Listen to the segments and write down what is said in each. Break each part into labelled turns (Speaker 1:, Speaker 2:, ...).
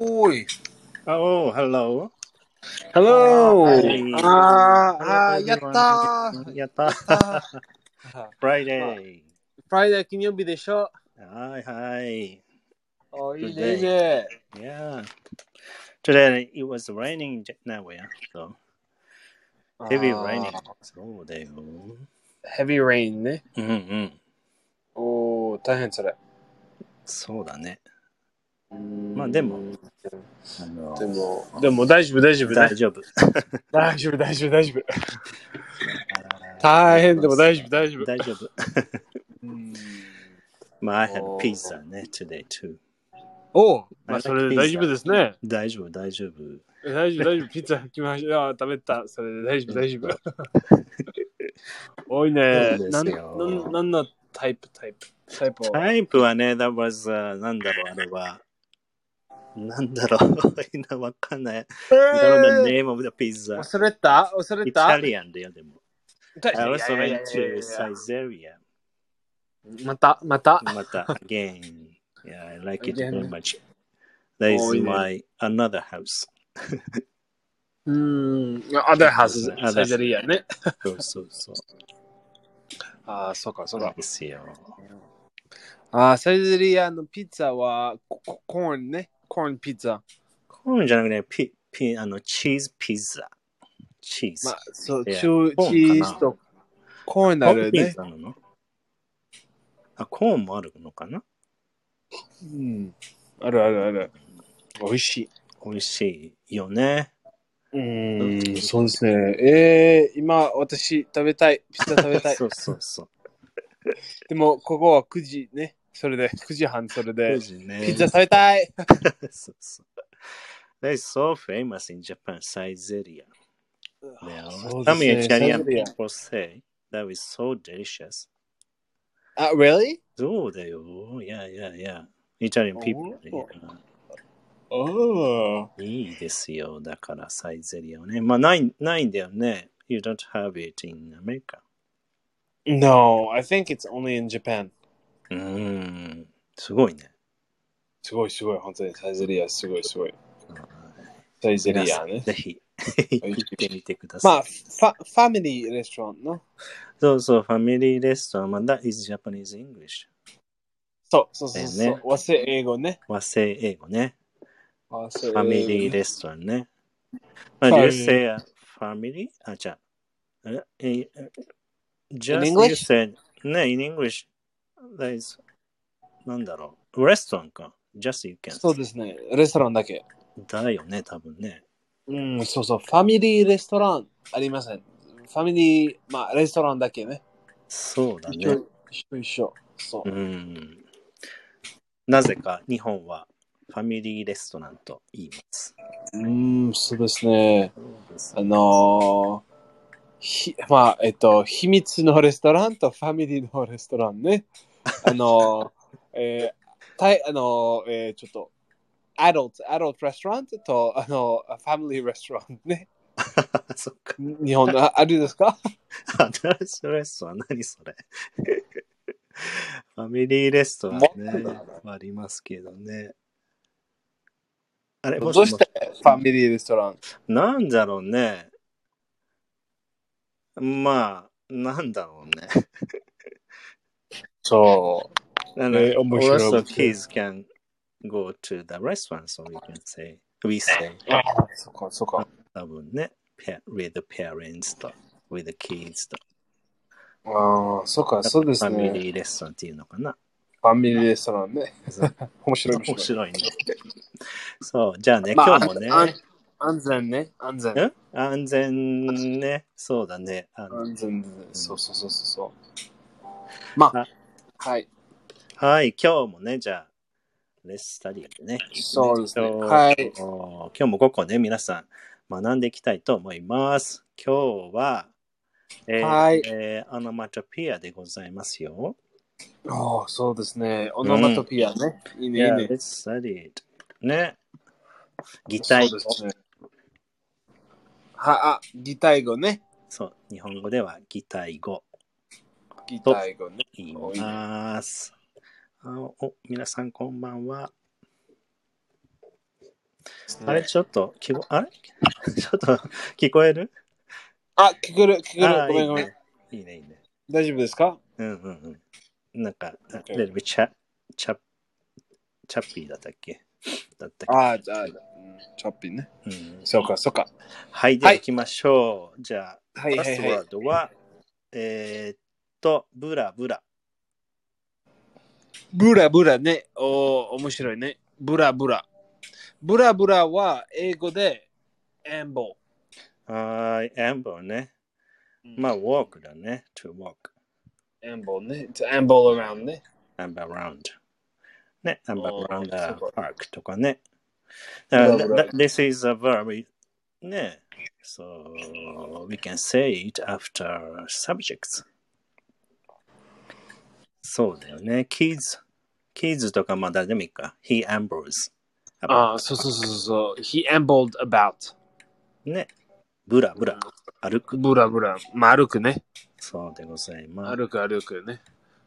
Speaker 1: Uy.
Speaker 2: Oh, hello.
Speaker 3: Hello!
Speaker 2: Hi.
Speaker 1: Ah, ah,
Speaker 2: Hello,
Speaker 1: やった
Speaker 2: やった
Speaker 1: ーあ
Speaker 2: Friday!
Speaker 3: フライデー金曜日でしょ
Speaker 2: はい
Speaker 3: あ
Speaker 2: はい。
Speaker 3: いい
Speaker 2: Today.
Speaker 3: ね、いいね。
Speaker 2: Yeah. Today it was raining in Nagoya, so heavy
Speaker 3: Ah.
Speaker 2: raining. そうだよ。
Speaker 3: ヘビーレインね。
Speaker 2: うんうん。
Speaker 3: おお大変それ。
Speaker 2: そうだね。まあでもあの
Speaker 3: でも、でも大丈夫、大丈夫、
Speaker 2: 大丈夫。
Speaker 3: 大丈夫、大丈夫、大丈夫。 大変でも大丈夫、大丈夫。
Speaker 2: 大丈夫。
Speaker 3: うん
Speaker 2: まあ、I had pizza ね、today too.
Speaker 1: ー。おう。
Speaker 3: まあ、それで大丈夫ですね。
Speaker 2: 大丈夫、大丈夫。
Speaker 3: 大丈夫、大丈夫。ピッツァ来ました。あー食べた。それで大丈夫、大丈夫。 多いね。
Speaker 2: そう
Speaker 3: な
Speaker 2: で
Speaker 3: ん、
Speaker 2: すよ
Speaker 3: なん、なんのタイプ、タイプ。タイプを。
Speaker 2: タイプはね、that was、uh, なんだろう、あれは。なんだろう、今わかんない。I don't know the name of the pizza.
Speaker 3: 忘れた忘れた
Speaker 2: Italian だよ、でも。
Speaker 3: 大
Speaker 2: I also
Speaker 3: 丈夫
Speaker 2: went to Caesarea.
Speaker 3: また、また。
Speaker 2: また、again. Yeah, I like it
Speaker 3: Again.
Speaker 2: very much. That is
Speaker 3: 多いね
Speaker 2: my another house.
Speaker 3: うーん、アダハズ、
Speaker 2: Other
Speaker 3: サイゼリアね。
Speaker 2: そう そうそう。
Speaker 3: ああ、そうか、そ
Speaker 2: そううな
Speaker 3: だ
Speaker 2: ん。ですよ。
Speaker 3: ああ、サイゼリアのピッツァはコココーンね。コーンピッツァ。
Speaker 2: コーンじゃなくて、ピ、ピ、あの、チーズピザ。チーズ。
Speaker 3: まあ、そう、
Speaker 2: い
Speaker 3: チ
Speaker 2: や
Speaker 3: ュー
Speaker 2: コーンかな
Speaker 3: チーズとコーン
Speaker 2: コ
Speaker 3: だ
Speaker 2: ー
Speaker 3: る
Speaker 2: ンピ
Speaker 3: ね。
Speaker 2: ザなのあ、コーンもあるのかな
Speaker 3: うん。あるあるある。美味し
Speaker 2: 美味しいよね。
Speaker 3: い。うん、そうですね。えー、今、私、食べたい。ピッツァ食べたい
Speaker 2: そ。うそうそう。
Speaker 3: でも、ここは9時ね。それで、9時半、それで。
Speaker 2: ね
Speaker 3: ピッツァ食べたい。
Speaker 2: そうそう。That is so famous in Japan, Saizeria. Now,
Speaker 3: そうです
Speaker 2: some
Speaker 3: ね
Speaker 2: Italian
Speaker 3: サイゼリア
Speaker 2: people say that is so delicious.
Speaker 3: あ、really?
Speaker 2: そうだよ。Yeah, yeah, yeah. Italian people.
Speaker 3: おおー。
Speaker 2: いいですよ。だからサイゼリアをね。まあない、ないんだよね。You don't have it in America.
Speaker 3: No, I think it's only in Japan.
Speaker 2: うーん。すごいね。
Speaker 3: すごいすごい、本当にサイゼリア、すごいすごい。サイゼリアね。
Speaker 2: ぜ ひ、
Speaker 3: 美味
Speaker 2: 行
Speaker 3: し
Speaker 2: ってみてください。
Speaker 3: まあ、ファファミリーレストランの。
Speaker 2: そうそう、ファミリーレストラン。まあ、that is Japanese English.
Speaker 3: そうそうそうそう、
Speaker 2: だよね
Speaker 3: 和製英語ね。
Speaker 2: 和製英語ね。
Speaker 3: 和製
Speaker 2: フ
Speaker 3: 英語
Speaker 2: ァミリーレストランね。まあ、
Speaker 3: はい
Speaker 2: do you say a family? あ、じゃあ。ええ just
Speaker 3: In
Speaker 2: you
Speaker 3: English?
Speaker 2: said, ね、in English, that is, なんだろう。レストランか。just you can.
Speaker 3: そうですね、レストランだけ。
Speaker 2: だよね、多分ね。
Speaker 3: うん、そうそう、ファミリーレストランありません。ファミリー、まあ、レストランだけね。
Speaker 2: そうだ
Speaker 3: 一緒、
Speaker 2: ね。
Speaker 3: 一緒一緒。そうう。
Speaker 2: ん。なぜか日本はファミリーレストランと言います。
Speaker 3: うん、そうですね。
Speaker 2: そうです
Speaker 3: あのー、ひまあ、えっと、秘密のレストランとファミリーのレストランね。 あのー、えー、たいあのー、えー、ちょっと、アドルト、アドルトレストランと、あのー、ファミリーレストランね。
Speaker 2: そっか。
Speaker 3: 日本 の、ああるですか
Speaker 2: 新しいレストラン何それファミリーレストランね
Speaker 3: もっと、
Speaker 2: ありますけどね。あれ、
Speaker 3: ど
Speaker 2: も
Speaker 3: う
Speaker 2: しもし
Speaker 3: してファミリーレストラン
Speaker 2: なんだろうね。まあ、なんだろうね。
Speaker 3: そ
Speaker 2: あの、
Speaker 3: えー面白い
Speaker 2: also
Speaker 3: 面白い
Speaker 2: kids can go to the restaurant, so we can say, we say,
Speaker 3: う。ああ、そっか、そっか。
Speaker 2: 多分ね、pa- with the parents と、with the kids と、
Speaker 3: ああ、そっか、そうで
Speaker 2: フ
Speaker 3: す
Speaker 2: ァミ
Speaker 3: ね。
Speaker 2: リーレストランっていうのかな。
Speaker 3: ファミリーレストランね。 面白い、面白
Speaker 2: 面
Speaker 3: い。
Speaker 2: 白いね。そう、じゃあね、
Speaker 3: まあ
Speaker 2: 今日もね、
Speaker 3: 安安全ね、安全。
Speaker 2: ん安全ね、そうだね。あの
Speaker 3: うん全然、そうそうそうそうそう。ま
Speaker 2: あ
Speaker 3: あ、はい、
Speaker 2: はい、今日もね、じゃあ、レッスタディでね。
Speaker 3: そうですね。
Speaker 2: 今日
Speaker 3: はい。
Speaker 2: お今日も5個ね、皆さん学んでいきたいと思います。今日は、えー
Speaker 3: はい
Speaker 2: えーアノマトピアでございますよ。
Speaker 3: おーそうですね。オノマトピアね。いいね、いい
Speaker 2: Yeah,
Speaker 3: ね
Speaker 2: let's。study it. ね。擬
Speaker 3: そう
Speaker 2: 態
Speaker 3: で
Speaker 2: 語。
Speaker 3: すね。は、あ、擬態語ね。
Speaker 2: そう、日本語では擬態語
Speaker 3: 擬態語ね。
Speaker 2: 言います。あお、皆さんこんばんは。
Speaker 3: ですね。
Speaker 2: あれ、ちょっと、きあれ ちょっと、聞こえる
Speaker 3: あ、聞こえる、聞こえ
Speaker 2: あ
Speaker 3: る。ご
Speaker 2: ー
Speaker 3: めんごめん。
Speaker 2: いいね、いいね。
Speaker 3: 大丈夫ですか
Speaker 2: うんうんうん。なんか、あ
Speaker 3: Okay.
Speaker 2: レルビチャ、チャ、チャッピーだったっけだったっ
Speaker 3: ああ、じゃあ、うんチョッピーね。
Speaker 2: け、うん、
Speaker 3: そうか、そうか。
Speaker 2: はい、では行きましょう。じゃあ、
Speaker 3: はい
Speaker 2: パ
Speaker 3: は
Speaker 2: ス
Speaker 3: い
Speaker 2: ワ
Speaker 3: は
Speaker 2: ードは、えーっと、ブラブラ。
Speaker 3: い。ブラブラね。おー面白いね。ブラブラ。ブラブラは英語で、エンボ
Speaker 2: はーい、エンボーね。
Speaker 3: ー。
Speaker 2: まあ、
Speaker 3: あ、
Speaker 2: ウォークだね。to walk,
Speaker 3: エンボーね。エンボー around ね。
Speaker 2: and around. ね、and
Speaker 3: おー
Speaker 2: around
Speaker 3: す
Speaker 2: the
Speaker 3: ごい
Speaker 2: park とかね。だから
Speaker 3: ブラブラ
Speaker 2: that- this is a verb. ね。So, we can say it after subjects. そうだよね。kids. kids とかまあ誰でもいいか。he ambles.
Speaker 3: ああ、そうそうそうそう。He ambled about.
Speaker 2: ね。ブラブラ。歩く。
Speaker 3: ブラブラ。まあ、歩くね。
Speaker 2: そうでございます。
Speaker 3: 歩く歩くね。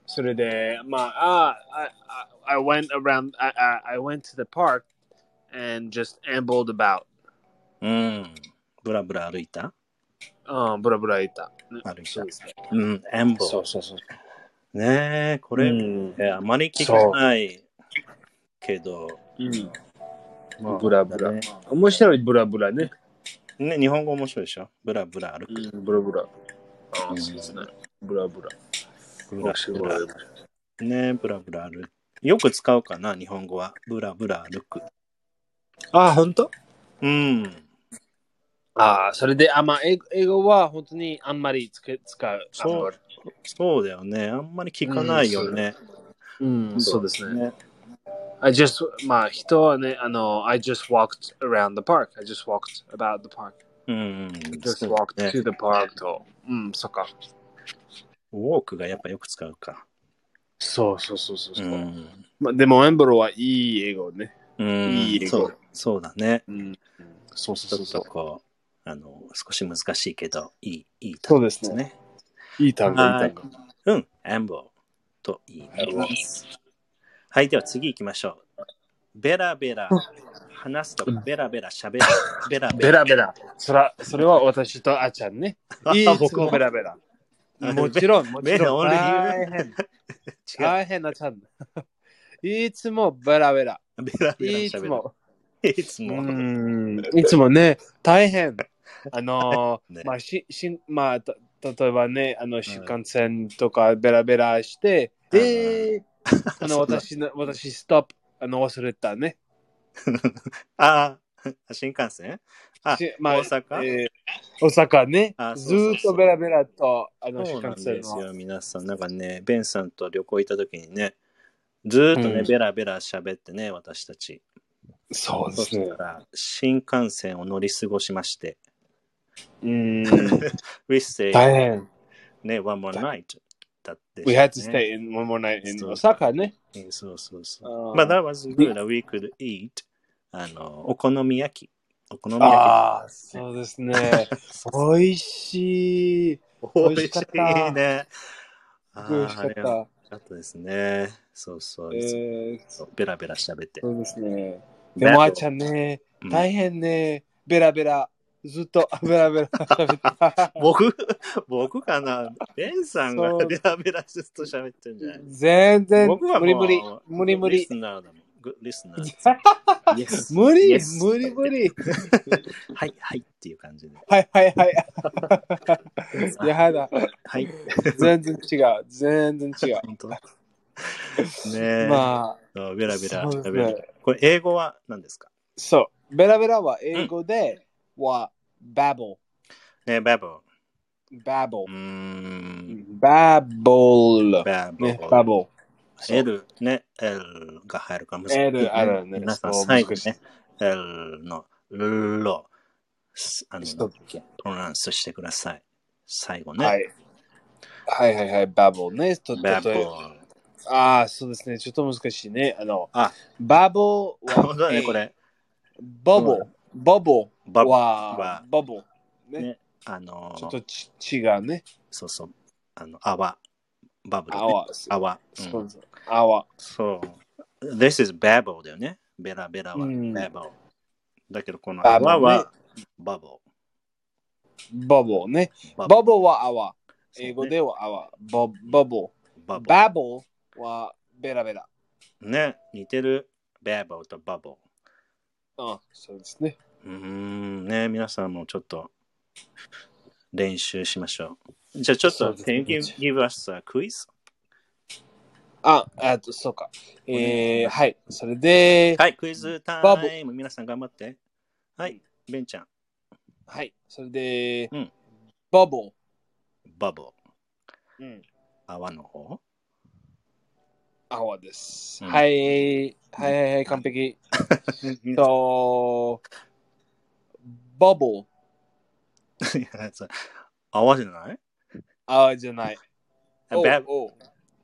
Speaker 3: それで、まあ、あ、I, I I went around, I, I, I went to the park and just ambled about.
Speaker 2: うん。ブラブラ歩いた
Speaker 3: うん、ブラブラいた。ね
Speaker 2: 歩いた
Speaker 3: そうですね。
Speaker 2: うん。エンボ
Speaker 3: そう
Speaker 2: ー。
Speaker 3: そうそう。
Speaker 2: ねえ、こ
Speaker 3: う
Speaker 2: れ、
Speaker 3: ん
Speaker 2: えあまり聞かないけど、
Speaker 3: うん
Speaker 2: まあ
Speaker 3: ブラブラ
Speaker 2: ね。
Speaker 3: 面白いブラブラね。
Speaker 2: ね、日本語面白いでしょブラブラ歩く。
Speaker 3: うん、ブラブラ。あ
Speaker 2: う
Speaker 3: あ、
Speaker 2: ん
Speaker 3: そうですね。ブラブラ。
Speaker 2: ブラ
Speaker 3: 面白
Speaker 2: ブラ
Speaker 3: い。。
Speaker 2: ねブラブラ歩く。よく使うかな、日本語は。ブラブラ歩く。
Speaker 3: あ、本当
Speaker 2: うん。
Speaker 3: ああ、それで、あ、まあ、英語英語は本当にあんまりつけ使う。
Speaker 2: そう
Speaker 3: あんまり
Speaker 2: そうだよね。あんまり聞かないよね。
Speaker 3: うん、そうですね。
Speaker 2: ね
Speaker 3: I just まあ人はねあの I just walked around the park I just walked about the park
Speaker 2: うん。
Speaker 3: just
Speaker 2: そう
Speaker 3: walked
Speaker 2: ね
Speaker 3: to the park とうんそっか
Speaker 2: ウォークがやっぱよく使うか。
Speaker 3: そうそうそうそう
Speaker 2: う
Speaker 3: そう、
Speaker 2: ん。
Speaker 3: まあでもエンブロはいい英語ね
Speaker 2: うん
Speaker 3: いい英語
Speaker 2: そうそうだね。
Speaker 3: うんそう
Speaker 2: ち
Speaker 3: そ
Speaker 2: ょ
Speaker 3: う
Speaker 2: っ
Speaker 3: そ
Speaker 2: と
Speaker 3: う
Speaker 2: こう、あの、少し難しいけど、いい、いい
Speaker 3: そうですね
Speaker 2: 単語ね。
Speaker 3: いい単語いい
Speaker 2: はい
Speaker 3: 単語
Speaker 2: うん、エンボーと言います。はい、では次行きましょう。ベラベラ話すとか、ベラベ ラ喋る。ベラベ
Speaker 3: ベ
Speaker 2: ラ。
Speaker 3: ラベラそらそれは私とあちゃんねいつもベラベラ
Speaker 2: あ
Speaker 3: もち ろんもち
Speaker 2: ベラ
Speaker 3: ろん
Speaker 2: 俺言
Speaker 3: 大変
Speaker 2: う。違
Speaker 3: 大変なちゃんいつもベラベラ
Speaker 2: う。ベラベラ
Speaker 3: いつ
Speaker 2: 喋る。
Speaker 3: も
Speaker 2: いつ
Speaker 3: う
Speaker 2: も。
Speaker 3: んいつもね、大変。あのー
Speaker 2: ね
Speaker 3: まあ、し、しん、まあ、た、例えばね、あの、新幹線とかベラベラして、
Speaker 2: うん
Speaker 3: えー、あの、
Speaker 2: そうだ
Speaker 3: 私の、私、ストップ、あの、忘れたね。
Speaker 2: あ あ、新幹線あ
Speaker 3: しまあ
Speaker 2: 大阪
Speaker 3: えー、大阪ね
Speaker 2: あ、そう
Speaker 3: ず
Speaker 2: そうそう
Speaker 3: ーっとベラベラと、あの、
Speaker 2: そ
Speaker 3: 新
Speaker 2: うなん
Speaker 3: 幹線
Speaker 2: です
Speaker 3: の。
Speaker 2: よ、皆さん。なんかね、ベンさんと旅行行った時にね、ずーっと
Speaker 3: う
Speaker 2: ね、
Speaker 3: ん
Speaker 2: ベラベラ喋ってね、私たち。
Speaker 3: そう
Speaker 2: そした。ら、新幹線を乗り過ごしまして、
Speaker 3: うん、
Speaker 2: We stay
Speaker 3: 大変。
Speaker 2: ね、one more night だって、
Speaker 3: We had to stay in one more night in
Speaker 2: そう
Speaker 3: 大阪ね。
Speaker 2: stay. そうそうそう。
Speaker 3: あー
Speaker 2: まあ、that was good. We could eat あのお好み焼き。お好み焼
Speaker 3: ああ、そうですね。美味しい。
Speaker 2: き。
Speaker 3: 美味しかった
Speaker 2: 美味しいね。あー
Speaker 3: 美味しかっ
Speaker 2: あれは
Speaker 3: た。
Speaker 2: 良かったですね。そうそう。
Speaker 3: え
Speaker 2: いつも
Speaker 3: ー、
Speaker 2: そうベラベラ喋って。
Speaker 3: そうですね。
Speaker 2: That-
Speaker 3: でもあーちゃんね、
Speaker 2: うん
Speaker 3: 大変ね、ベラベラ、ずっとベラベラ喋 った。
Speaker 2: 僕、僕かな。ベンさんが
Speaker 3: そう
Speaker 2: ベラベラずっと喋ってるんじゃない
Speaker 3: 全然
Speaker 2: 僕は
Speaker 3: 無
Speaker 2: も
Speaker 3: 理
Speaker 2: う
Speaker 3: 無理、無理無
Speaker 2: リ
Speaker 3: 理
Speaker 2: ス。ナーだもん。グッリスナー。Yes
Speaker 3: 無理
Speaker 2: Yes
Speaker 3: 無理無理。
Speaker 2: はい、はいっていう感じで。
Speaker 3: はいはいはい。やはだ。
Speaker 2: はい。
Speaker 3: 全然違う。全然違う。
Speaker 2: 本当ねえ。
Speaker 3: まあ、
Speaker 2: そうベラベラ
Speaker 3: そうです
Speaker 2: 喋
Speaker 3: ね
Speaker 2: る。これ英語は何ですか
Speaker 3: そう。ベラベラは英語では、バボ
Speaker 2: ね、バブル。
Speaker 3: ル。バボ
Speaker 2: うー
Speaker 3: ル。
Speaker 2: ん。
Speaker 3: バボル。
Speaker 2: バブル
Speaker 3: ね、。バボル。
Speaker 2: L ね、L が入るかもしれない。
Speaker 3: L あるね
Speaker 2: 皆さん、
Speaker 3: そう
Speaker 2: 最後
Speaker 3: 難しい
Speaker 2: ね、L のルロ、すあの、
Speaker 3: そう
Speaker 2: なんだっけプロナウンスしてください。最後ね。
Speaker 3: はい。はいはいはい、バブルね。と
Speaker 2: バブル
Speaker 3: 例え。ああ、そうですね。ちょっと難しいね。あの、
Speaker 2: あ
Speaker 3: バブルは
Speaker 2: 本当だね、これ。
Speaker 3: バブル、バブル
Speaker 2: バブル
Speaker 3: は
Speaker 2: は、
Speaker 3: バブル。ね
Speaker 2: ね、あの
Speaker 3: ちょっ
Speaker 2: ー
Speaker 3: と、ち違うね。
Speaker 2: そうそう、あの、泡、バブル、ね。
Speaker 3: あわ。
Speaker 2: 泡。泡。うん
Speaker 3: そうそう。あわ。
Speaker 2: そう。This is babble だよね。ベラベラは
Speaker 3: うん
Speaker 2: babble。だけど、この
Speaker 3: バボね
Speaker 2: 泡はバボ。
Speaker 3: バボーね。
Speaker 2: バ
Speaker 3: バボーは泡。
Speaker 2: そうね
Speaker 3: 英語では泡。ババボ
Speaker 2: バ
Speaker 3: ー。
Speaker 2: ボ。
Speaker 3: バボーはベラベラ。
Speaker 2: ね、似てる。バボとバボ。
Speaker 3: うん、そうですね。
Speaker 2: うーん、ね、皆さんもちょっと練習しましょう。じゃあちょっ
Speaker 3: そ
Speaker 2: と、
Speaker 3: うですね
Speaker 2: can you give us a quiz?
Speaker 3: あ、あと、そうか。えー、はい。それで、
Speaker 2: はい、クイズタ
Speaker 3: バボ
Speaker 2: イム。皆さん頑張って。はい、ベンちゃん、
Speaker 3: はい。それで
Speaker 2: うん、
Speaker 3: バボ
Speaker 2: バボ。
Speaker 3: ー。うん。
Speaker 2: 泡の方
Speaker 3: 泡です。
Speaker 2: うん
Speaker 3: はい。はいはいはい、完璧。と、バボー。
Speaker 2: いやそう泡じゃない
Speaker 3: あじゃない。お
Speaker 2: バ
Speaker 3: お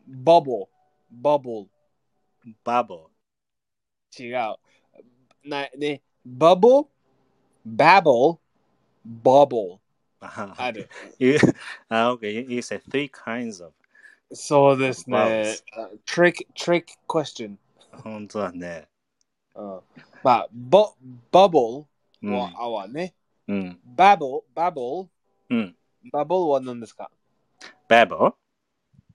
Speaker 3: バボー。バボー。
Speaker 2: バボ。
Speaker 3: 違う。なね、バボ、バボ、バボあ
Speaker 2: あ
Speaker 3: る。
Speaker 2: You, ah, okay, you, you said three kinds of.
Speaker 3: そうですね
Speaker 2: Bubbles。
Speaker 3: trick, trick question.
Speaker 2: 本当だね。
Speaker 3: うんまあ、ボ、バボ
Speaker 2: う
Speaker 3: は
Speaker 2: ん。
Speaker 3: 泡ね。
Speaker 2: うん。
Speaker 3: バボ、バボ、
Speaker 2: うん。
Speaker 3: バボは何ですか
Speaker 2: バボ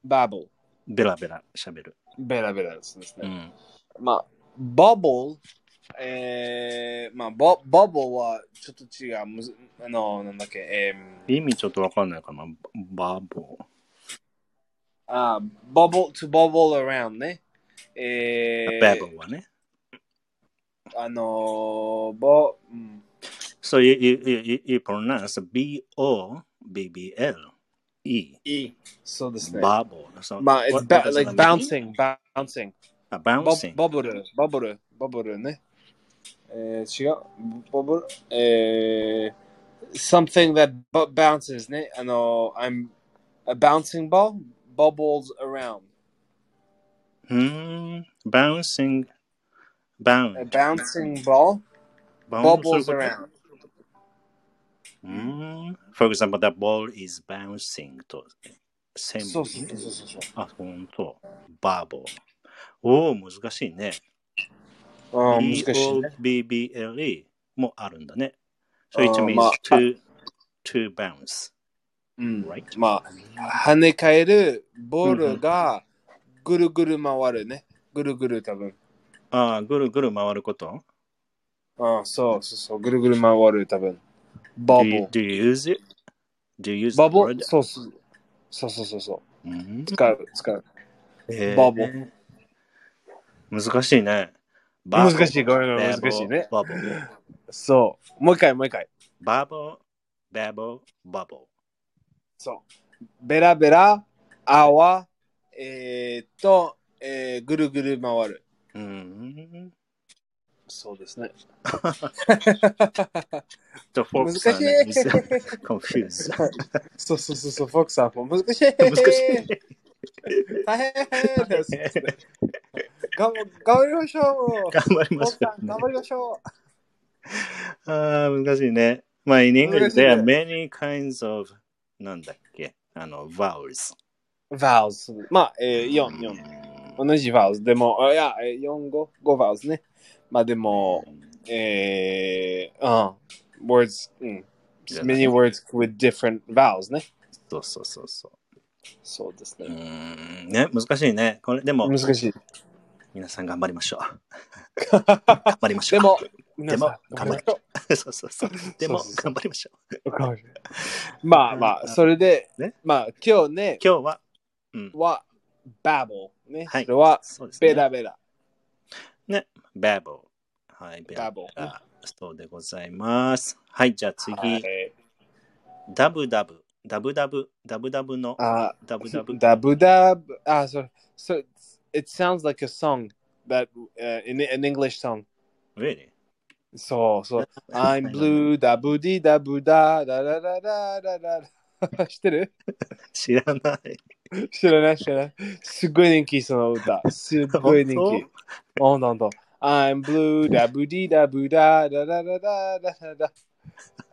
Speaker 3: バボ。
Speaker 2: ベラベラ喋る。
Speaker 3: ベラベラです
Speaker 2: う
Speaker 3: ね。
Speaker 2: ん。
Speaker 3: まあ、バボ、えー、まあ、ババボはちょっと違う。むずあの、なんだっけ、えー、
Speaker 2: 意味ちょっとわかんないかな。バボ。
Speaker 3: あ、bubble to bubble around ね。えー、
Speaker 2: バボはね。
Speaker 3: あのー、ぼ、うん、
Speaker 2: So you, you, you, you- you pronounce B-O-B-B-L-E.
Speaker 3: いい。そうですね。
Speaker 2: バボ。So,
Speaker 3: まあ、it's
Speaker 2: E。 what-
Speaker 3: ba-
Speaker 2: what does
Speaker 3: like
Speaker 2: that
Speaker 3: bouncing,
Speaker 2: mean?
Speaker 3: bouncing.
Speaker 2: Ah,
Speaker 3: ぼ
Speaker 2: bouncing.
Speaker 3: バブル、バブル、バブルね。えー、違う。バブル、えー、something that bu- bounces ね。あのー、I'm a bouncing ball bubbles around.
Speaker 2: うーん。bouncing. bounce.
Speaker 3: A bouncing ball
Speaker 2: バウンド
Speaker 3: bubbles
Speaker 2: すること
Speaker 3: around.
Speaker 2: うーん。For example, the ball is bouncing と。same
Speaker 3: そうそうそうそうそう。
Speaker 2: あ、本当。バーボー。おお、難しいね。
Speaker 3: あー難しいね。
Speaker 2: BOBBLE もあるんだね。So it
Speaker 3: あーま
Speaker 2: means
Speaker 3: あ
Speaker 2: to, to bounce,
Speaker 3: うん。
Speaker 2: right?
Speaker 3: まあ、跳ね返るボール
Speaker 2: Mm-hmm.
Speaker 3: がぐるぐる回るね。ぐるぐる多分。
Speaker 2: ああ、ぐるぐる回ること
Speaker 3: ああ、そうそうそう。ぐるぐる回る多分。バ
Speaker 2: do
Speaker 3: ブ
Speaker 2: you,
Speaker 3: ル。
Speaker 2: do you use it? Do you use
Speaker 3: バブ
Speaker 2: the
Speaker 3: ル。
Speaker 2: word?
Speaker 3: そうそう。そうそうそうそう。
Speaker 2: うーん
Speaker 3: 使う、使う。
Speaker 2: えー
Speaker 3: バボ
Speaker 2: 難しいね。バボ
Speaker 3: 難しい、ごめんごめん、
Speaker 2: バボ
Speaker 3: 難しいね。
Speaker 2: バボ。
Speaker 3: そう。もう一回、もう一回。
Speaker 2: バボ、バボ、バボ。
Speaker 3: そう。ベラベラ、泡、えー、っと、えー、ぐるぐる回る。
Speaker 2: うーん。
Speaker 3: そうですね。難
Speaker 2: The folks
Speaker 3: しい
Speaker 2: areね is confused.
Speaker 3: そうそうそうそう、フォックスアップ。難しい
Speaker 2: 難しい。
Speaker 3: 大変です。頑張頑張りましょう。
Speaker 2: 頑張り
Speaker 3: ボ
Speaker 2: ま
Speaker 3: ン
Speaker 2: しょ
Speaker 3: さ、
Speaker 2: うんね
Speaker 3: 頑。張りましょう。
Speaker 2: ああ、難しいね。まあ、in English,
Speaker 3: 難しいね
Speaker 2: there are many kinds of なんだっけあの、vowels。
Speaker 3: バウス。まあ、えー、4、4。同じバウス。でも、あいや、えー4、5、5バウスね。まあでも、えー、うん。words, うん。
Speaker 2: じゃない
Speaker 3: many words with different vowels ね。
Speaker 2: そうそうそうそ
Speaker 3: そうです
Speaker 2: う。う
Speaker 3: ね。
Speaker 2: ーん、ね、難しいね。これ、でも
Speaker 3: 難、しい。
Speaker 2: 皆さん頑張りま しょう。頑張りましょ
Speaker 3: で
Speaker 2: う。
Speaker 3: も、皆
Speaker 2: でも
Speaker 3: さん頑張りましょ
Speaker 2: そうそうそう。でも
Speaker 3: そうそう、そう
Speaker 2: 頑張りましょう。
Speaker 3: う頑張りましょう。まあまあ、それで、
Speaker 2: ね
Speaker 3: まあ今日ね、
Speaker 2: 今日は、うん、
Speaker 3: は、バボーね。
Speaker 2: はい
Speaker 3: それは、
Speaker 2: そうです
Speaker 3: ベ
Speaker 2: ね。
Speaker 3: ラベラ。
Speaker 2: バボ。はい、ベ
Speaker 3: バ
Speaker 2: ラ
Speaker 3: ボ
Speaker 2: ベラ。そうでございます。はい、じゃあ次、
Speaker 3: はい
Speaker 2: ダブダブ。ダブダブ。ダブダブの
Speaker 3: あ、
Speaker 2: ダブダブ。
Speaker 3: ダブダブ。あ、そう。So, ah, it's- it sounds like a song that、uh, in an English song.
Speaker 2: Really?
Speaker 3: そうそう。
Speaker 2: I
Speaker 3: I'm
Speaker 2: don't
Speaker 3: blue, ダブディ、ダブダ、ダダダダダダ ダ。知ってる
Speaker 2: 知らない。
Speaker 3: 知らない知らない。すっごい人気、その歌。すっごい人気。ほんとほんと。I'm blue, ダブディ、ダブダ、ダダダダダダダ。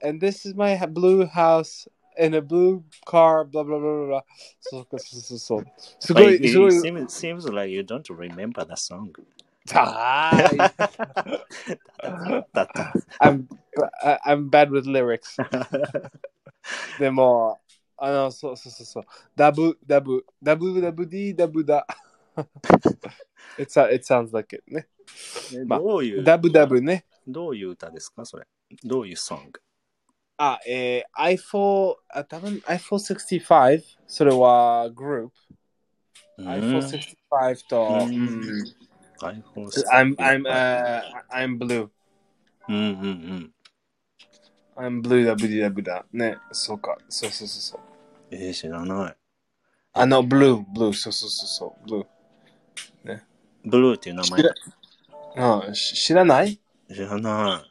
Speaker 3: And this is my blue house in a blue car, blah blah blah blah. blah. そうそうそうそう。すご
Speaker 2: Like,
Speaker 3: い、
Speaker 2: it
Speaker 3: すごい。
Speaker 2: seems, seems like you don't remember the song.
Speaker 3: Die.
Speaker 2: だった。
Speaker 3: Ah, I'm, I- I'm bad with lyrics. でも、あの、そうそうそうそう。ダブ、ダブ、ダブ、ダブ、ディ、ダブ、ダ。it, sound- it sounds like it ね。
Speaker 2: え
Speaker 3: まあ
Speaker 2: どういう、
Speaker 3: ダブ、ダブね。
Speaker 2: どういう歌ですかそれ。どういうソング
Speaker 3: あ、えー、iPhone、あ、uh, 多分 iPhone65、それはグループ。iPhone65 と、
Speaker 2: うん
Speaker 3: うん、
Speaker 2: iPhone
Speaker 3: mm. I'm, I'm, uh, I'm blue.
Speaker 2: うんうんうん。
Speaker 3: I'm blue だ、ブディだ、ブだ。ね、そうか。そうそうそうそう。
Speaker 2: えー、知らない。
Speaker 3: あの、blue、blue、そうそうそうそう、blue。
Speaker 2: ブルーっていう名前
Speaker 3: 知うん、し知らない
Speaker 2: 知らな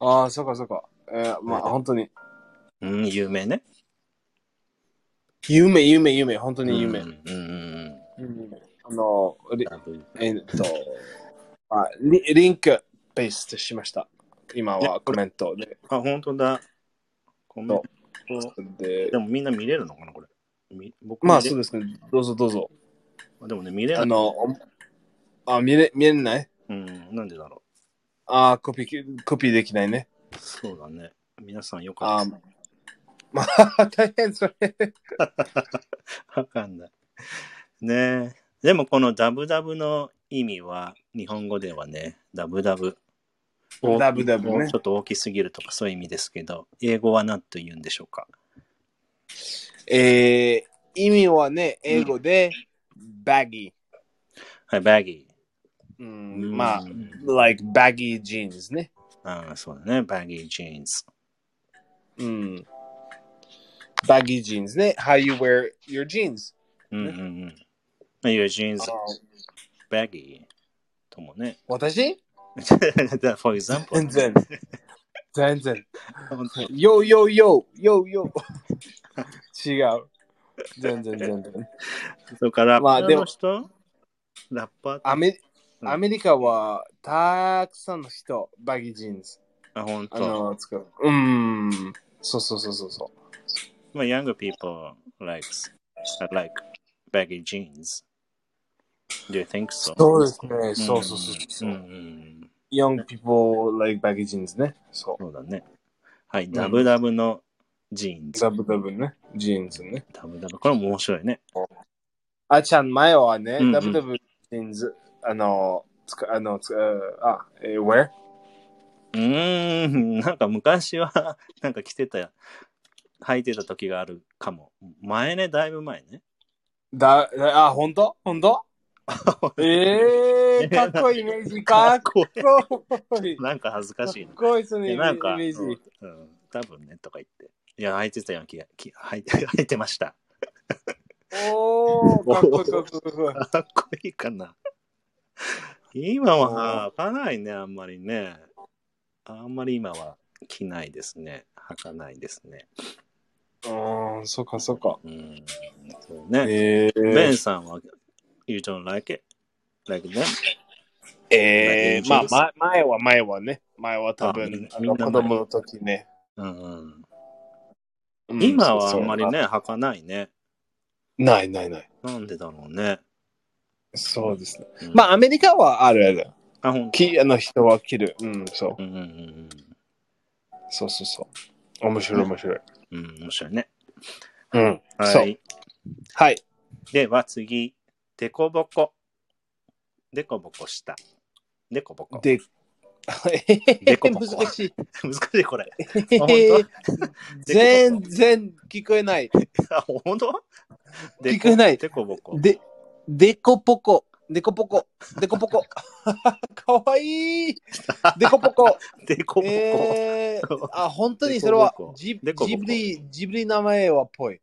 Speaker 3: ああ、そうかそうか。えー、まあ、本当に。
Speaker 2: い。うん、有名ね。
Speaker 3: 夢、夢、夢、本当に夢。
Speaker 2: うんうんうん
Speaker 3: うんあの、リ
Speaker 2: うん。
Speaker 3: えーっと、あリ、リンクペーストしました。今はコメントで。
Speaker 2: あ、本当だ。コメント。
Speaker 3: で
Speaker 2: でもみんな見れるのかなこれ。み僕
Speaker 3: まあ、そう
Speaker 2: う
Speaker 3: ですね。どうぞどうぞ。
Speaker 2: でもね、見れな
Speaker 3: あ
Speaker 2: い。
Speaker 3: の、あ、見れ、見れない
Speaker 2: うん、なんでだろ
Speaker 3: ああ、コピー、コピーできないね。
Speaker 2: う。そうだね。皆さんよか
Speaker 3: あ
Speaker 2: っ
Speaker 3: まあ、 大変それ。
Speaker 2: た。 わかんない。ねえ。でもこのダブダブの意味は、日本語ではね、ダブダブ。
Speaker 3: ダブダブね
Speaker 2: ちょっと大きすぎるとかそういう意味ですけど、英語は何と言うんでしょうか
Speaker 3: えー、意味はね、英語で、baggy。
Speaker 2: はい、バギ
Speaker 3: う
Speaker 2: ー。
Speaker 3: ん、まあ、
Speaker 2: うん
Speaker 3: like baggy jeans ね。
Speaker 2: ああ、そうだね。バギージーンズ。
Speaker 3: うん。baggy jeans ね。how you wear your jeans.
Speaker 2: うんうんうん。まあ、your jeans
Speaker 3: あの
Speaker 2: baggy ともね。
Speaker 3: 私
Speaker 2: For example.
Speaker 3: 全然。全然。
Speaker 2: 本当に
Speaker 3: yo yo yo yo yo 違う。全然全然。
Speaker 2: それから、
Speaker 3: ま
Speaker 2: ま
Speaker 3: あ
Speaker 2: あ、
Speaker 3: で
Speaker 2: で
Speaker 3: も
Speaker 2: も人ラッパー
Speaker 3: アメアメリカはたくさんの人、バギージーンズ。
Speaker 2: あ、本
Speaker 3: あ
Speaker 2: 当。
Speaker 3: の、使う。うーん。そうそうそうそうそ
Speaker 2: まあ、younger people likes, like baggy jeans. Do you think so?
Speaker 3: う。そうですね。
Speaker 2: ん
Speaker 3: そうそうそうそう。
Speaker 2: んん
Speaker 3: Young people like baggy jeans ね。そう。
Speaker 2: そうだね。はい、
Speaker 3: ん
Speaker 2: ダブダブのジーンズ。
Speaker 3: ダブダブね。ジーンズね。
Speaker 2: ダブダブ。これも面白いね。
Speaker 3: あちゃん、前はね
Speaker 2: うんう、ん
Speaker 3: ダブダブジーンズ、あの、つか、あの、つか、あ、えー、where?
Speaker 2: うーん、なんか昔は、なんか着てた、履いてた時があるかも。前ね、だいぶ前ね。
Speaker 3: だ、あ、ほんとほんと えー、かっこいいイメージ、かっ
Speaker 2: こ れ
Speaker 3: こいい。か
Speaker 2: なんか恥ずかしいな
Speaker 3: っ。こいいその
Speaker 2: で
Speaker 3: イメ
Speaker 2: なんか、う
Speaker 3: ージ
Speaker 2: ん。、うん多分ね、とか言って。いや、履いてたような気が、気履いて、 履いてました。
Speaker 3: おー、かっこいい、かっこいいかっこいい。
Speaker 2: かっこいいかな。今は履かないね、あんまりね。あんまり今は着ないですね。履かないですね。
Speaker 3: うーん、そっかそっか。
Speaker 2: うん。そうね。
Speaker 3: えー、
Speaker 2: ベンさんは、You don't like it? Like them?
Speaker 3: えー、ま
Speaker 2: まあ
Speaker 3: あ、ま前は前はね。前は多
Speaker 2: あみん
Speaker 3: 分
Speaker 2: な、
Speaker 3: あの
Speaker 2: みんな
Speaker 3: 子
Speaker 2: 前
Speaker 3: 供の時ね。
Speaker 2: うんうん、
Speaker 3: うん
Speaker 2: 今はあんまり。
Speaker 3: そう
Speaker 2: ね、履かないね。
Speaker 3: そうないないない。
Speaker 2: なんでだろうね。
Speaker 3: そうですね。
Speaker 2: うん
Speaker 3: まあ、アメリカはあるある。
Speaker 2: あ、ほんと。
Speaker 3: きあの人は着る。うん、そう。
Speaker 2: うんうんうん
Speaker 3: そうそうそう。面白い面白い。
Speaker 2: うん。うん、面白いね。
Speaker 3: うん。そ
Speaker 2: は
Speaker 3: う
Speaker 2: い。
Speaker 3: はい。
Speaker 2: では次、でこぼこ。でこぼこした。でこぼこ。
Speaker 3: で、
Speaker 2: でこぼこ
Speaker 3: 難しい。
Speaker 2: 難しいこれ。あ
Speaker 3: 全
Speaker 2: 本
Speaker 3: 然聞こえない。
Speaker 2: 当あ、本当
Speaker 3: 聞こえない
Speaker 2: でこぼこ。
Speaker 3: で、でこぽこ。でこぽこ。でこぽこ。 かわいい。でこぽこ。
Speaker 2: でこぼこ。
Speaker 3: えー、あ、本当にそれは
Speaker 2: デコボコ
Speaker 3: ジ
Speaker 2: デコボコ
Speaker 3: ジブリ、ジブリ名前はっぽい。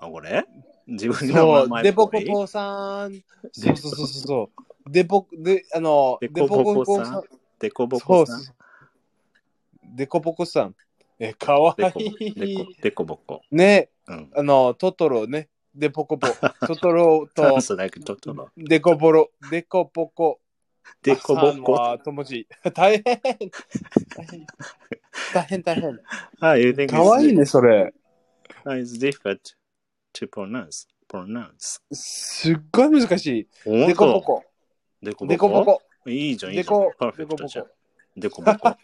Speaker 2: あ、これ自分
Speaker 3: そ
Speaker 2: の 名
Speaker 3: う、
Speaker 2: 前
Speaker 3: デポ
Speaker 2: っ
Speaker 3: ポ
Speaker 2: ぽい
Speaker 3: ポさん。そうそうそうそう。デポ、で、あの、
Speaker 2: デコボコさん。でこぼこさん
Speaker 3: そう。デコポコさん。え、かわ
Speaker 2: でこ
Speaker 3: い
Speaker 2: でこ
Speaker 3: い。
Speaker 2: でこぼこ。
Speaker 3: ね、
Speaker 2: うん。
Speaker 3: あの、トトロね。デポ コポ。トトロと
Speaker 2: そうだけど、トトロ。
Speaker 3: デコボロ、デコポコ。
Speaker 2: でこぼ
Speaker 3: さん
Speaker 2: こ。
Speaker 3: は友達。 大変。大変大変。
Speaker 2: はい、you think
Speaker 3: かわいい
Speaker 2: it's-
Speaker 3: ね、それ。
Speaker 2: It's difficult to pronounce. pronounce.
Speaker 3: すっごい難しい。
Speaker 2: 本
Speaker 3: デコポ
Speaker 2: 当
Speaker 3: コ。
Speaker 2: デコボコ
Speaker 3: でこぼこ。
Speaker 2: いいじゃん、いい
Speaker 3: で
Speaker 2: じゃん
Speaker 3: こ。
Speaker 2: パーフ
Speaker 3: で
Speaker 2: ェ
Speaker 3: こぼ
Speaker 2: クトじゃん
Speaker 3: こ。。
Speaker 2: デコボコ。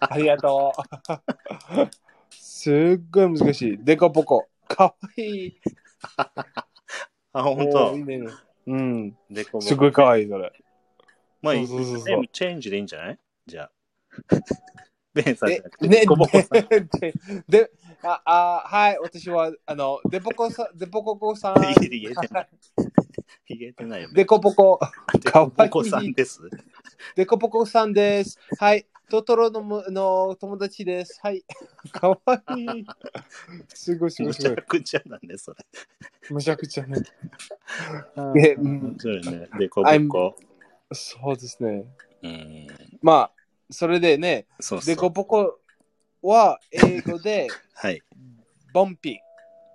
Speaker 3: ありがとう。 すっごい難しい。でこぼこ。かわいい。
Speaker 2: あ、ほん
Speaker 3: おー
Speaker 2: と
Speaker 3: いい。ねうん。
Speaker 2: デコボコ。
Speaker 3: すごいかわいい、それ。
Speaker 2: まあ、いい
Speaker 3: そうそうそうそう
Speaker 2: 全部チェンジでいいんじゃないじゃあ。 ベンさんじ
Speaker 3: え
Speaker 2: ゃなく、て、
Speaker 3: ね
Speaker 2: デコボコさん。
Speaker 3: で、で、あ、あ、はい、私は、あの、デポコさん、デポココ さん、
Speaker 2: 言えてない。言えてないよ。
Speaker 3: デコポコ、かわいい
Speaker 2: デコボコさんです。
Speaker 3: デコポコさんです。はい、トトロのむの友達です。はい、 かわいい。すごいすご
Speaker 2: む
Speaker 3: い
Speaker 2: ち
Speaker 3: す
Speaker 2: ゃくちゃなんで、それ。
Speaker 3: ごい。むちゃくちゃね。え
Speaker 2: 面
Speaker 3: うん
Speaker 2: 白いね。デコボコ。
Speaker 3: そうですね。
Speaker 2: うん。
Speaker 3: まあ、それでね、
Speaker 2: そうそ
Speaker 3: デコ
Speaker 2: う。
Speaker 3: ポコは英語で、
Speaker 2: はい。
Speaker 3: ボンピ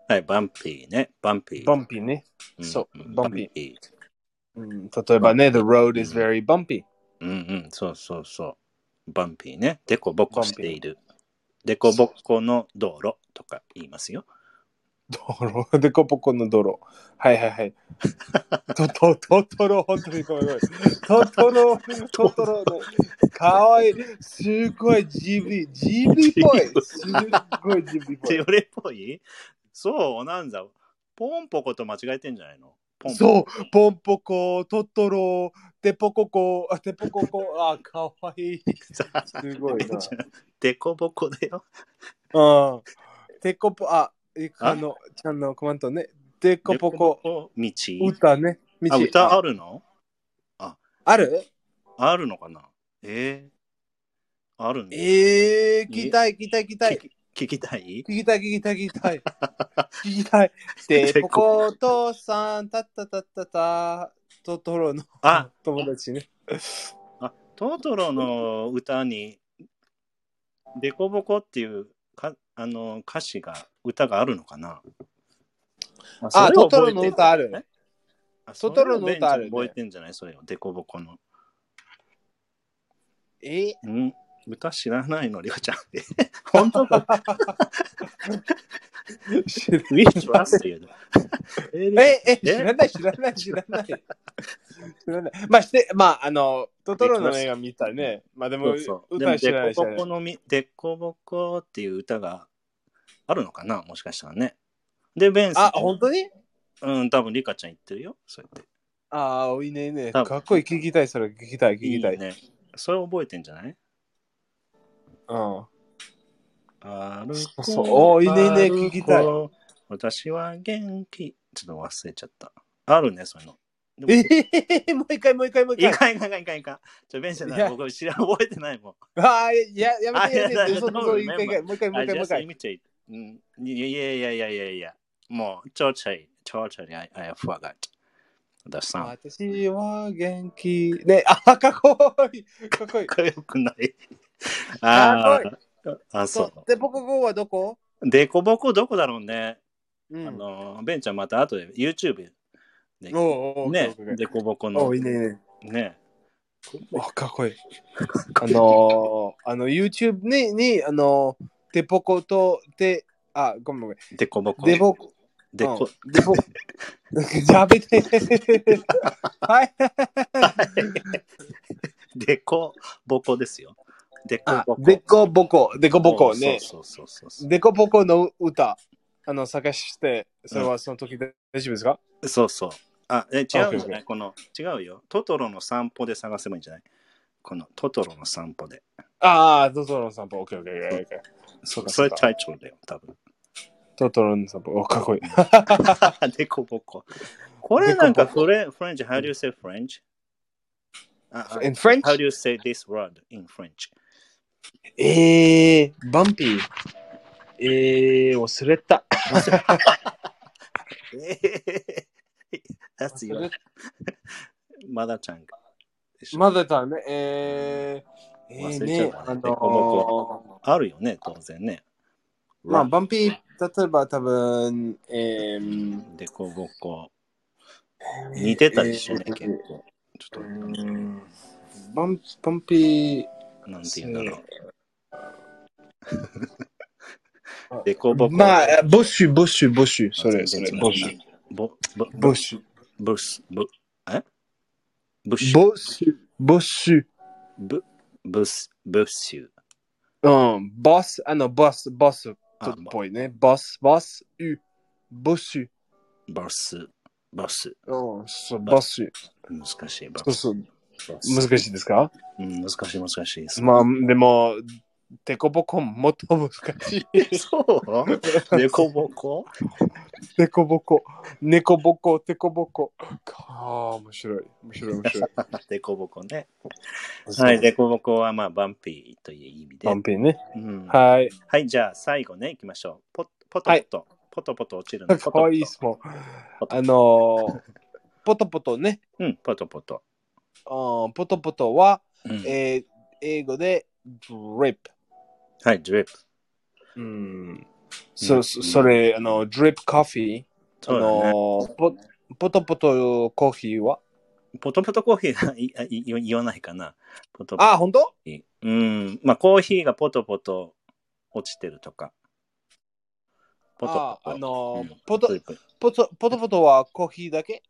Speaker 2: はい、バンピーね。バンピー。
Speaker 3: ー。ボンピーね。
Speaker 2: うん
Speaker 3: そうバンピー
Speaker 2: ー。
Speaker 3: うん、例えばね、The road is very bumpy.
Speaker 2: うんうん、そうそうそう。バンピーね。デコボコしている。デコボコの道路とか言いますよ。
Speaker 3: 泥、デコポコの泥。はいはい はい。トトトトロ、本当にごめんごめん。トトロ、トトロの、かわいい。すごいジブリ、ジブリっぽい。すごいジブリっぽ
Speaker 2: テ
Speaker 3: い。
Speaker 2: オレっぽいそう、なんだ。ポンポコと間違えてんじゃないのポンポコ
Speaker 3: そう、ポンポコ、トトロ、テポココ、あテポココ、あ、かわいい。 すごいな。
Speaker 2: デコボコだよ。
Speaker 3: うん。テコポ、あ、い
Speaker 2: あ
Speaker 3: あの、ちゃんのコメントね。テコポコ、
Speaker 2: 道。
Speaker 3: 歌ね。
Speaker 2: あ、歌
Speaker 3: あ
Speaker 2: あるの
Speaker 3: ある
Speaker 2: あるのかなえー、あるね。
Speaker 3: えー、聞きたい、聞きたい、聞きたい。
Speaker 2: 聞きたい
Speaker 3: 聞きたい、聞きたい、聞き たい。聞きたい。で、
Speaker 2: で
Speaker 3: ポコお父さん、たったたったた、トトロの
Speaker 2: あ
Speaker 3: 友達ね。
Speaker 2: あ、トトロの歌に、デコボコっていうかあの歌詞が、歌があるのかな
Speaker 3: あトトロの歌ある。
Speaker 2: それを覚えてんじゃない
Speaker 3: トトロの歌
Speaker 2: あ
Speaker 3: あるね
Speaker 2: それをベンちゃん覚えてんじゃないそれを、デコボコの。
Speaker 3: え
Speaker 2: ん歌知らないの、りょうちゃん。 え本当だ。
Speaker 3: 知ら
Speaker 2: ウィッチはって いうの。
Speaker 3: え、え、
Speaker 2: え
Speaker 3: 知らない、知らない、知らない。知らない。まあ、して、まあ、あの、トトロの映画見たね。まあ、でも、
Speaker 2: そうそう。
Speaker 3: 歌
Speaker 2: でも、
Speaker 3: は知
Speaker 2: デ
Speaker 3: らない、知
Speaker 2: コ
Speaker 3: ら
Speaker 2: ボ
Speaker 3: ない
Speaker 2: コ。のみ、デコボコっていう歌があるのかなもしかしたらね。で、ベンさん。
Speaker 3: あ、本当に
Speaker 2: うん、多分リカちゃん言ってるよ。そうやっ
Speaker 3: ああ、いいね、いいね。
Speaker 2: 多
Speaker 3: か
Speaker 2: 分
Speaker 3: っこいい、聞きたい、それ、聞きたい、聞
Speaker 2: て。
Speaker 3: きたい。
Speaker 2: ね。それ覚えてんじゃない
Speaker 3: うん。
Speaker 2: あ
Speaker 3: そうそうおーいいねいいね聞きたい。
Speaker 2: 歩こう私は元気。ちょっと忘れちゃった。あるね、そういうの。
Speaker 3: え
Speaker 2: い
Speaker 3: ー、もう一回、もう一回、もう一回。
Speaker 2: かんいかんいかんいかんいかん。ちょ、ベンさん
Speaker 3: いや、
Speaker 2: 僕知らん、覚えてないもん。
Speaker 3: ああ、いや、やめて、や
Speaker 2: あ
Speaker 3: めて、
Speaker 2: い
Speaker 3: 嘘
Speaker 2: やいや
Speaker 3: 嘘、一回、一回もう一回、もう
Speaker 2: I
Speaker 3: 一回、もう一
Speaker 2: just
Speaker 3: 回。
Speaker 2: imitate. うんいやいやいやいやいやいや。もう、ちょちょい、ちょちょい、I, I forgot. The sound.
Speaker 3: 私は元気。ね、あ、かっこいい。かっこいい。
Speaker 2: かっこよくない。
Speaker 3: か
Speaker 2: あ
Speaker 3: っこいい
Speaker 2: ーあ、そ
Speaker 3: そう。で、僕語はどこ
Speaker 2: う。デコボコどこだろうね。
Speaker 3: う
Speaker 2: あ
Speaker 3: ん。おう
Speaker 2: のベンちゃんまた後で YouTube で、
Speaker 3: おうおう。
Speaker 2: ね
Speaker 3: オッケーオッケーオッケー
Speaker 2: デコボコ
Speaker 3: お
Speaker 2: の
Speaker 3: う、いいね。いいね
Speaker 2: ね
Speaker 3: あ、かっこいい。あの ー、あの、YouTube に、に、あのー、デポコと、で、あ、ごめんごめん。
Speaker 2: デコボコ
Speaker 3: デボコ。
Speaker 2: デコ
Speaker 3: うんデボコ。 やめ て。はい。
Speaker 2: デコボコですよデコ
Speaker 3: あ
Speaker 2: ボコ
Speaker 3: デコボコ。デコボコね。
Speaker 2: そうそうそうそ う
Speaker 3: デコポコの歌、あの、探して、それはその時で大丈夫ですか、
Speaker 2: そうそうあえ違うんじゃな
Speaker 3: Okay,
Speaker 2: いこの違うよトトロの散歩で探せばいいんじゃないこのトトロの散歩で
Speaker 3: ああ、トトロの散歩、オッケーオッケーオッケーオッケー。そ
Speaker 2: そ
Speaker 3: うか
Speaker 2: そ
Speaker 3: そう
Speaker 2: れ
Speaker 3: か
Speaker 2: タイトルだよ多分
Speaker 3: トトロの散歩、おかっこいい。
Speaker 2: デコボコこれなんか
Speaker 3: デ
Speaker 2: フレフレンチ How do you say French? ああ
Speaker 3: In French?
Speaker 2: How do you say this word in French?
Speaker 3: ええー、バンピー。ええー、忘れた。
Speaker 2: ええ That's
Speaker 3: 忘れ
Speaker 2: your
Speaker 3: た
Speaker 2: マダちゃんが。
Speaker 3: まだだね、えー、えー、
Speaker 2: 忘れちゃっ
Speaker 3: ね
Speaker 2: た、
Speaker 3: あの
Speaker 2: デコボあるよね、当然ね。
Speaker 3: ー、まあ、
Speaker 2: ま
Speaker 3: バンピー、例えば多分、えー、
Speaker 2: デコボコ。似てたりしょね、
Speaker 3: えー
Speaker 2: 結構。ち
Speaker 3: う
Speaker 2: ょっ
Speaker 3: ーんバン、バンピ
Speaker 2: と、なんて言うん だろ
Speaker 3: あ
Speaker 2: う。デコボ
Speaker 3: ー、
Speaker 2: コ。
Speaker 3: まあ、ボッシュ、ボッシュ、ボッシュ、それ、
Speaker 2: 全
Speaker 3: そ
Speaker 2: 然
Speaker 3: れ
Speaker 2: 違う、
Speaker 3: ボッシュ。
Speaker 2: ボ、ボ、
Speaker 3: ボ
Speaker 2: ボ
Speaker 3: ッシュ。
Speaker 2: ブス、ブ、えブッシュ。
Speaker 3: ボッシュ。ボッシュ。
Speaker 2: ブブス、ブッシュ。
Speaker 3: うん、ボス、あの、ボス、ボスっ
Speaker 2: あ
Speaker 3: ぽいね。ボス、ボス、う、ボッシ
Speaker 2: ボス、ボス。
Speaker 3: ュ。うん、そう、ボッシュ。
Speaker 2: 難しい。ボ
Speaker 3: そう
Speaker 2: ス
Speaker 3: そう、
Speaker 2: ボス
Speaker 3: 難しいですか
Speaker 2: うん難しい、難しい です。
Speaker 3: まあ、でも、デコボコもっと難しい。
Speaker 2: そうデコボコ
Speaker 3: デコボコ、ネコボコ、デコボコ。かあ、面白い。面白い、面白い。
Speaker 2: デコボコね。 はい、デコボコはまあ、バンピーという意味で。
Speaker 3: パンピンね。
Speaker 2: うんは
Speaker 3: はい。
Speaker 2: い、じゃあ最後ね、行きましょう。ポポト
Speaker 3: は
Speaker 2: ポ
Speaker 3: い
Speaker 2: ト、ポトポト落ちるの。ポ
Speaker 3: か
Speaker 2: トポト
Speaker 3: わいいっすもん。あのー、ポトポトね。
Speaker 2: うん、ポトポト。
Speaker 3: うんポトポトは、
Speaker 2: うん
Speaker 3: えー英語で drip。
Speaker 2: はい、ドリップ。
Speaker 3: うん。
Speaker 2: う
Speaker 3: そ、
Speaker 2: ん
Speaker 3: そそれ、あの、drip coffee。あ
Speaker 2: そうだね。
Speaker 3: のー、ポポトポトコーヒーは
Speaker 2: ポトポトコーヒーはいあい言わないかな。ポトポト
Speaker 3: あ、本当
Speaker 2: コーヒー。うん。まあ、コーヒーがポトポト落ちてるとか。ポト
Speaker 3: ああ
Speaker 2: ポト。
Speaker 3: のー
Speaker 2: うん
Speaker 3: ポ
Speaker 2: ド
Speaker 3: ト
Speaker 2: リップ
Speaker 3: ポトポトポトはコーヒーだけ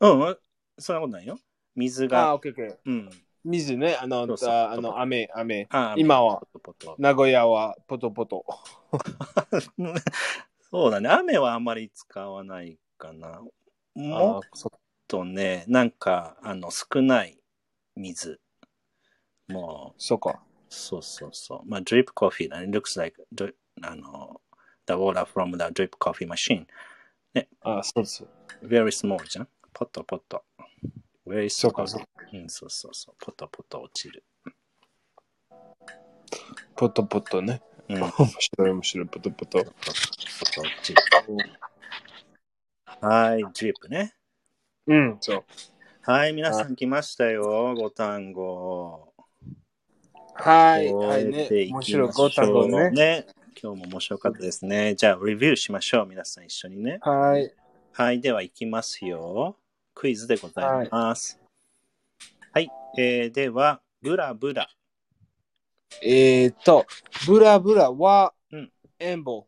Speaker 2: うんうん、そんなことないよ。水
Speaker 3: あ、
Speaker 2: が。
Speaker 3: オッケーオッケー。
Speaker 2: うん。
Speaker 3: 水ね、あの
Speaker 2: そう、そう
Speaker 3: ああ
Speaker 2: ポトポ
Speaker 3: の
Speaker 2: ト
Speaker 3: 雨、雨。
Speaker 2: あー
Speaker 3: 今は
Speaker 2: ポトポト。
Speaker 3: 名古屋はポトポト。
Speaker 2: そうだね。雨はあんまり使わないかな。も
Speaker 3: あそ
Speaker 2: とね、なんか、あの、少ない水。もう、
Speaker 3: そうか。
Speaker 2: そうそうそう。まあ、drip coffee だね。looks like, dri- あの、the water from the drip coffee machine.
Speaker 3: あそうそう。
Speaker 2: very small じゃん。ポットポット。very
Speaker 3: そう
Speaker 2: small.
Speaker 3: か、そうか。
Speaker 2: うん、そうそうそう。ポットポット落ちる。
Speaker 3: ポトポトね。
Speaker 2: うん、ポッ
Speaker 3: 面白い、面白い、ポトポト。
Speaker 2: ト落ちる。はい、drip ね。
Speaker 3: うん、そう。
Speaker 2: はい、皆さん来ましたよ。ご単語。
Speaker 3: はい、は
Speaker 2: 覚
Speaker 3: い
Speaker 2: え
Speaker 3: ね
Speaker 2: て。いき
Speaker 3: 面
Speaker 2: まし
Speaker 3: 白い、
Speaker 2: ょ
Speaker 3: ご
Speaker 2: う
Speaker 3: たごね。
Speaker 2: ね。今日も面白かったですね。じゃあ、レビューしましょう。皆さん一緒にね。
Speaker 3: はい。
Speaker 2: はい、では行きますよ。クイズでございます。はい、えーでは、ブラブラ。
Speaker 3: えーっと、ブラブラは
Speaker 2: うん、
Speaker 3: エンボ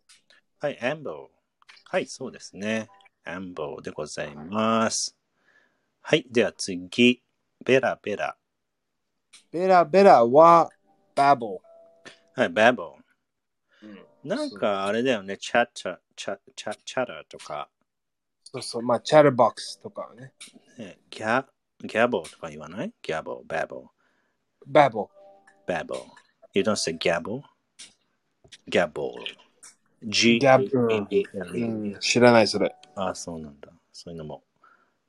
Speaker 2: はい、アンボー。はい、そうですね。アンボーでございます。はい、では次。ベラベラ。
Speaker 3: ー。ベラベラは、バボ
Speaker 2: はい、バボー。
Speaker 3: ー。
Speaker 2: なんかあれだよね。チャチャ、チャ、チャ、チャラとか、
Speaker 3: そうそう、まあ、チャルボックスとかね。
Speaker 2: ね、ギャ、ギャボーとか言わないギャボー、バボー。
Speaker 3: バボ
Speaker 2: babble. You don't say gabble.
Speaker 3: ー。
Speaker 2: Gabble. G.
Speaker 3: ギャップ
Speaker 2: A- L
Speaker 3: う
Speaker 2: E
Speaker 3: ん、知らない、それ。
Speaker 2: あ、そうなんだ。そういうのも。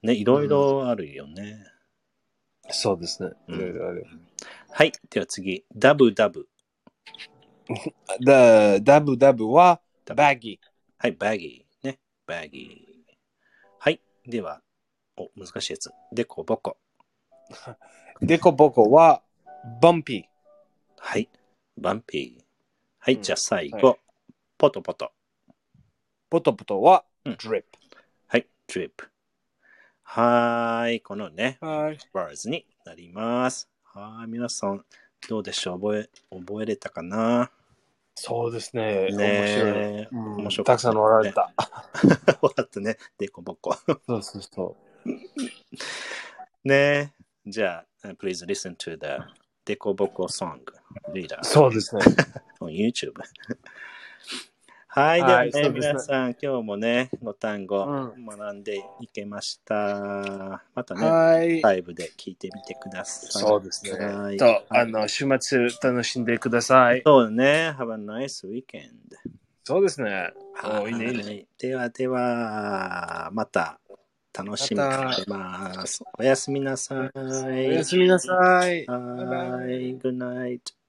Speaker 2: ね、いろいろあるよね。
Speaker 3: そうですね。
Speaker 2: うん
Speaker 3: いろいろある。
Speaker 2: はい。では次。ダブダブ。
Speaker 3: だダブダブは、バギ
Speaker 2: はい。バギー。ね。バギー。はい。では、お、難しいやつ。デコボコ。
Speaker 3: ー。デコボコは、ボンピ
Speaker 2: はい。バンピー。はい。
Speaker 3: うん
Speaker 2: じゃあ最後。
Speaker 3: は
Speaker 2: ポトポト。
Speaker 3: ー。ポトポトは、
Speaker 2: うん
Speaker 3: ドリッ
Speaker 2: はい。ドリップ。はーい。このね、
Speaker 3: プ。はい。
Speaker 2: バーズになります。はい、皆さん、どうでしょう覚え、覚えれたかな
Speaker 3: そうですね。
Speaker 2: ね
Speaker 3: 面白い。うん
Speaker 2: 面白い
Speaker 3: たくさん笑れた。
Speaker 2: え。わかったね。でこぼこ。
Speaker 3: そうそうそ
Speaker 2: ねえ。じゃあ、uh, please listen to the でこぼこ song
Speaker 3: う。
Speaker 2: leader
Speaker 3: そうですね。
Speaker 2: on YouTube。はい、では
Speaker 3: は
Speaker 2: ね
Speaker 3: い、そうですね
Speaker 2: 皆さん、今日もね、ご単語
Speaker 3: うん
Speaker 2: 学んでいけました。またね、
Speaker 3: はい。
Speaker 2: ライブで聞いてみてください。
Speaker 3: そうです
Speaker 2: は
Speaker 3: ね。
Speaker 2: い
Speaker 3: と、あの、週末楽しんでください。
Speaker 2: そうね。Have a nice weekend.
Speaker 3: そうですね。お
Speaker 2: は
Speaker 3: ーいいね、いいね。
Speaker 2: い。ではでは、また楽しみにしてます。おやすみなさい。
Speaker 3: おやすみなさい。
Speaker 2: はい。Good night.